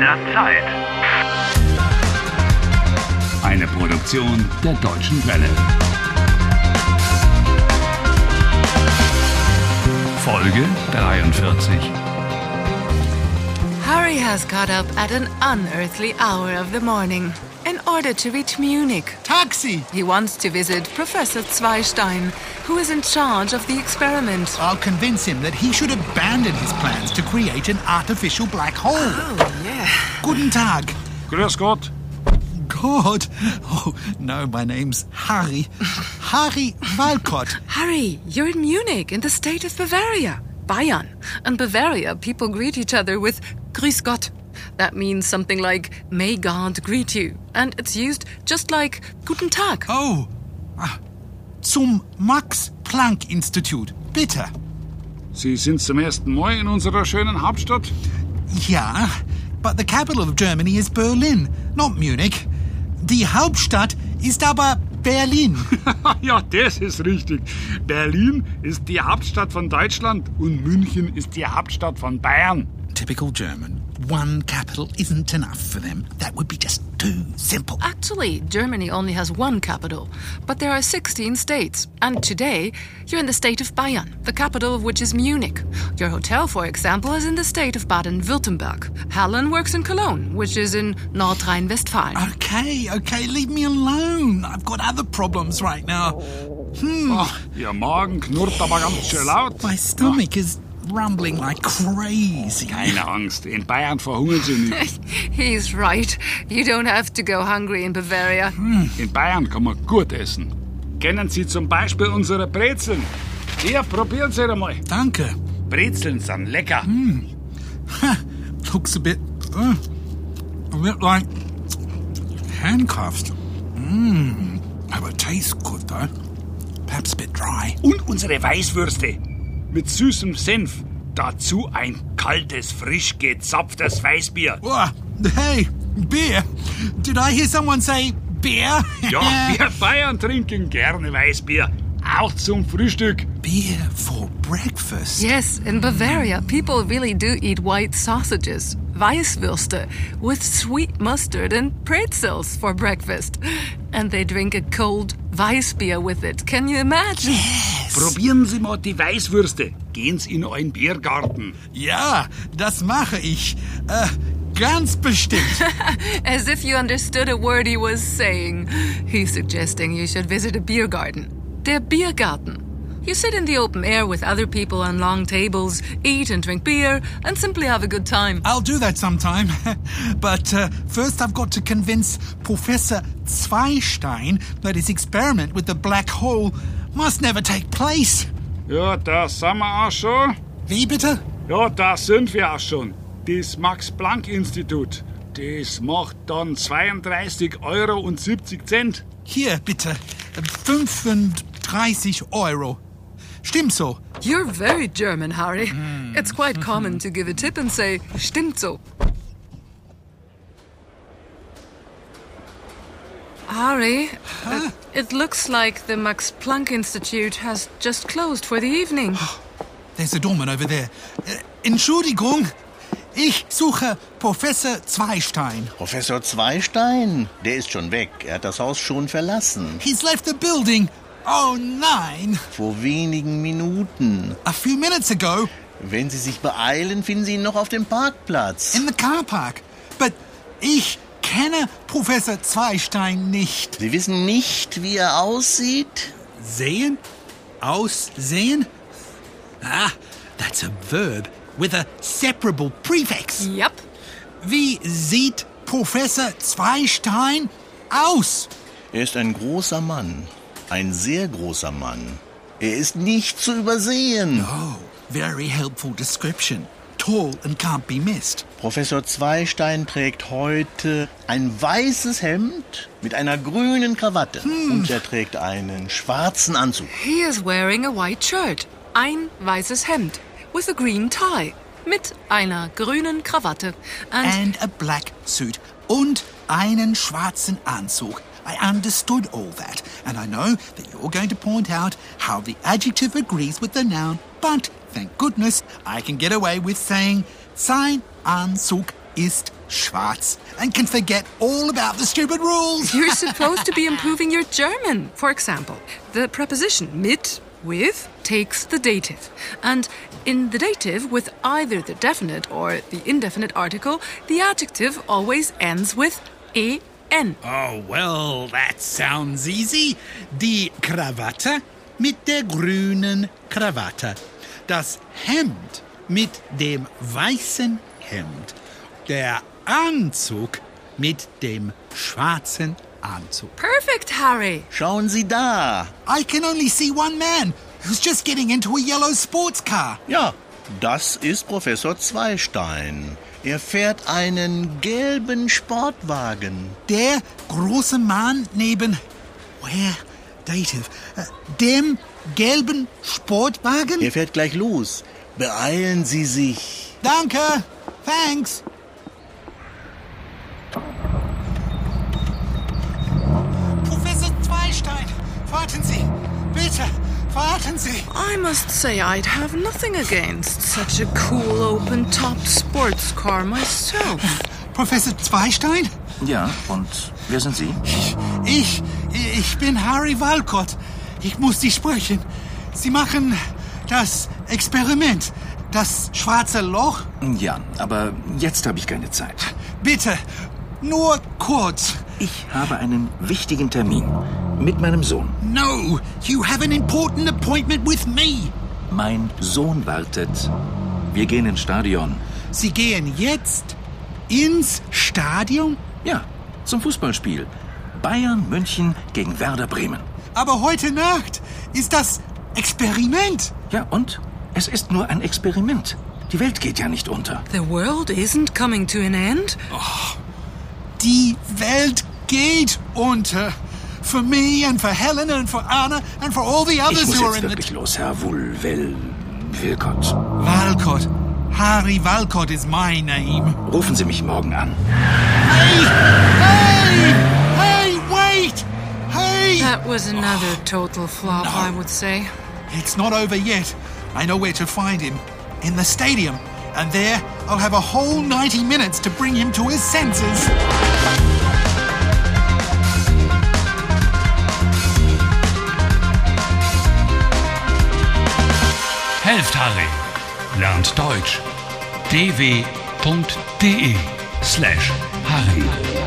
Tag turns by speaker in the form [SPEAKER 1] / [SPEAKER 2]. [SPEAKER 1] der Zeit.
[SPEAKER 2] Eine Produktion der Deutschen Welle. Folge 43.
[SPEAKER 3] Harry has got up at an unearthly hour of the morning in order to reach Munich.
[SPEAKER 4] Taxi!
[SPEAKER 3] He wants to visit Professor Zweistein, who is in charge of the experiment.
[SPEAKER 4] I'll convince him that he should abandon his plans to create an artificial black hole. Guten Tag.
[SPEAKER 5] Grüß Gott.
[SPEAKER 4] God. Oh, no, my name's Harry. Harry Walcott.
[SPEAKER 3] Harry, you're in Munich, in the state of Bavaria. Bayern. In Bavaria, people greet each other with Grüß Gott. That means something like May God greet you. And it's used just like Guten Tag.
[SPEAKER 4] Oh. ah, Zum Max Planck Institut. Bitte.
[SPEAKER 5] Sie sind zum ersten Mal in unserer schönen Hauptstadt?
[SPEAKER 4] Yeah, but the capital of Germany is Berlin, not Munich. Die Hauptstadt ist aber Berlin.
[SPEAKER 5] ja, das ist richtig. Berlin ist die Hauptstadt von Deutschland und München ist die Hauptstadt von Bayern.
[SPEAKER 4] Typical German. One capital isn't enough for them. That would be just too simple.
[SPEAKER 3] Actually, Germany only has one capital, but there are 16 states. And today, you're in the state of Bayern, the capital of which is Munich. Your hotel, for example, is in the state of Baden Württemberg. Helen works in Cologne, which is in North Rhine Westphalia.
[SPEAKER 4] Ah. Okay, okay, leave me alone. I've got other problems right now. Hmm.
[SPEAKER 5] Ach, ihr Magen knurrt aber ganz schön laut.
[SPEAKER 4] My stomach is rumbling like crazy. eh?
[SPEAKER 5] Keine Angst, in Bayern verhungern sie nicht.
[SPEAKER 3] He's right. You don't have to go hungry in Bavaria.
[SPEAKER 5] In Bayern kann man gut essen. Kennen Sie zum Beispiel unsere Brezeln? Hier, probieren Sie einmal.
[SPEAKER 4] Danke.
[SPEAKER 5] Brezeln sind lecker.
[SPEAKER 4] Looks a bit. uh, a bit like handcuffs. Mmm. But it tastes good though. Perhaps a bit dry.
[SPEAKER 5] und unsere Weißwürste. Mit süßem Senf. Dazu ein kaltes, frisch gezapftes Weißbier.
[SPEAKER 4] Oh, hey, beer. Did I hear someone say beer?
[SPEAKER 5] Ja, wir Bayern trinken gerne Weißbier. Auch zum Frühstück.
[SPEAKER 4] beer for breakfast.
[SPEAKER 3] Yes, in Bavaria, people really do eat white sausages, Weisswürste, with sweet mustard and pretzels for breakfast. And they drink a cold Weissbier with it. Can you imagine?
[SPEAKER 5] Probieren Sie mal die Weißwürste. Gehen Sie in euren Biergarten.
[SPEAKER 4] Ja, das mache ich. Äh, ganz bestimmt.
[SPEAKER 3] As if you understood a word he was saying. He's suggesting you should visit a beer garden. Der Biergarten. You sit in the open air with other people on long tables, eat and drink beer, and simply have a good time.
[SPEAKER 4] I'll do that sometime. but uh, first, I've got to convince Professor Zweistein that his experiment with the black hole must never take place.
[SPEAKER 5] Ja, da sind wir auch schon.
[SPEAKER 4] Wie bitte?
[SPEAKER 5] Ja, da sind wir auch schon. Das Max-Planck-Institut. Das macht dann 32,70 Euro. und 70 Cent.
[SPEAKER 4] Hier, bitte. 35 Euro. Stimmt so.
[SPEAKER 3] You're very German, Harry. It's quite common to give a tip and say, stimmt so. Harry, uh, it looks like the Max Planck Institute has just closed for the evening.
[SPEAKER 4] There's a doorman over there. Äh, Entschuldigung. Ich suche Professor Zweistein.
[SPEAKER 6] Professor Zweistein, der ist schon weg. Er hat das Haus schon verlassen.
[SPEAKER 4] He's left the building. Oh nein.
[SPEAKER 6] Vor wenigen Minuten.
[SPEAKER 4] A few minutes ago,
[SPEAKER 6] Wenn Sie sich beeilen, finden Sie ihn noch auf dem Parkplatz.
[SPEAKER 4] in the car park. But ich kenne Professor Zweistein nicht.
[SPEAKER 6] Sie wissen nicht, wie er aussieht?
[SPEAKER 4] Sehen? Aussehen? Ah, that's a verb with a separable prefix.
[SPEAKER 3] Yep.
[SPEAKER 4] Wie sieht Professor Zweistein aus?
[SPEAKER 6] Er ist ein großer Mann. Ein sehr großer Mann. Er ist nicht zu übersehen.
[SPEAKER 4] Oh, very helpful description. Tall and can't be missed.
[SPEAKER 6] Professor Zweistein trägt heute ein weißes Hemd mit einer grünen Krawatte. Und er trägt einen schwarzen Anzug.
[SPEAKER 3] He is wearing a white shirt, ein weißes Hemd, with a green tie, mit einer grünen Krawatte. And,
[SPEAKER 4] And a black suit. Und einen schwarzen Anzug. I understood all that, and I know that you're going to point out how the adjective agrees with the noun, but thank goodness I can get away with saying, sein Anzug ist Schwarz and can forget all about the stupid rules.
[SPEAKER 3] You're supposed to be improving your German. For example, the preposition mit, with, takes the dative. And in the dative, with either the definite or the indefinite article, the adjective always ends with en.
[SPEAKER 1] Oh, well, that sounds easy. Die Krawatte mit der grünen Krawatte. Das Hemd mit dem weißen Hemd. Der Anzug mit dem schwarzen Anzug.
[SPEAKER 3] Perfect, Harry.
[SPEAKER 6] Schauen Sie da.
[SPEAKER 4] I can only see one man who's just getting into a yellow sports car.
[SPEAKER 6] Ja, das ist Professor Zweistein. Er fährt einen gelben Sportwagen.
[SPEAKER 4] Der große Mann neben. Where? Dative. Äh, Dem gelben Sportwagen?
[SPEAKER 6] Er fährt gleich los. Beeilen Sie sich.
[SPEAKER 4] Danke. Thanks. Professor Zweistein, warten Sie. Bitte, warten Sie.
[SPEAKER 3] I must say I'd have nothing against such a cool open-topped sports car myself.
[SPEAKER 4] Professor Zweistein?
[SPEAKER 7] Ja, und wer sind Sie?
[SPEAKER 4] Ich, ich bin Harry Walcott. Ich muss Sie sprechen. Sie machen das Experiment. Das schwarze Loch?
[SPEAKER 7] Ja, aber jetzt habe ich keine Zeit.
[SPEAKER 4] Bitte, nur kurz.
[SPEAKER 7] Ich habe einen wichtigen Termin mit meinem Sohn.
[SPEAKER 4] No, you have an important appointment with me.
[SPEAKER 7] Mein Sohn wartet. Wir gehen ins Stadion.
[SPEAKER 4] Sie gehen jetzt ins Stadion?
[SPEAKER 7] Ja, zum Fußballspiel. Bayern München gegen Werder Bremen.
[SPEAKER 4] Aber heute Nacht ist das Experiment.
[SPEAKER 7] Ja, und? Es ist nur ein Experiment. Die Welt geht ja nicht unter.
[SPEAKER 3] The world isn't coming to an end.
[SPEAKER 4] Die Welt geht unter. For me and for Helen and for Anna and for all the
[SPEAKER 7] Ich
[SPEAKER 4] others
[SPEAKER 7] muss
[SPEAKER 4] who are
[SPEAKER 7] jetzt
[SPEAKER 4] in the...
[SPEAKER 7] wirklich los, Herr Wulwell Wilcott.
[SPEAKER 4] Walcott. Harry Walcott is my name.
[SPEAKER 7] Rufen Sie mich morgen an.
[SPEAKER 4] Hey! Hey! Hey, wait! Hey!
[SPEAKER 3] That was another total flop, I would say.
[SPEAKER 4] It's not over yet. I know where to find him. In the stadium. And there, I'll have a whole 90 minutes to bring him to his senses.
[SPEAKER 2] Helft Harry. Lernt Deutsch. dw.de slash Harry.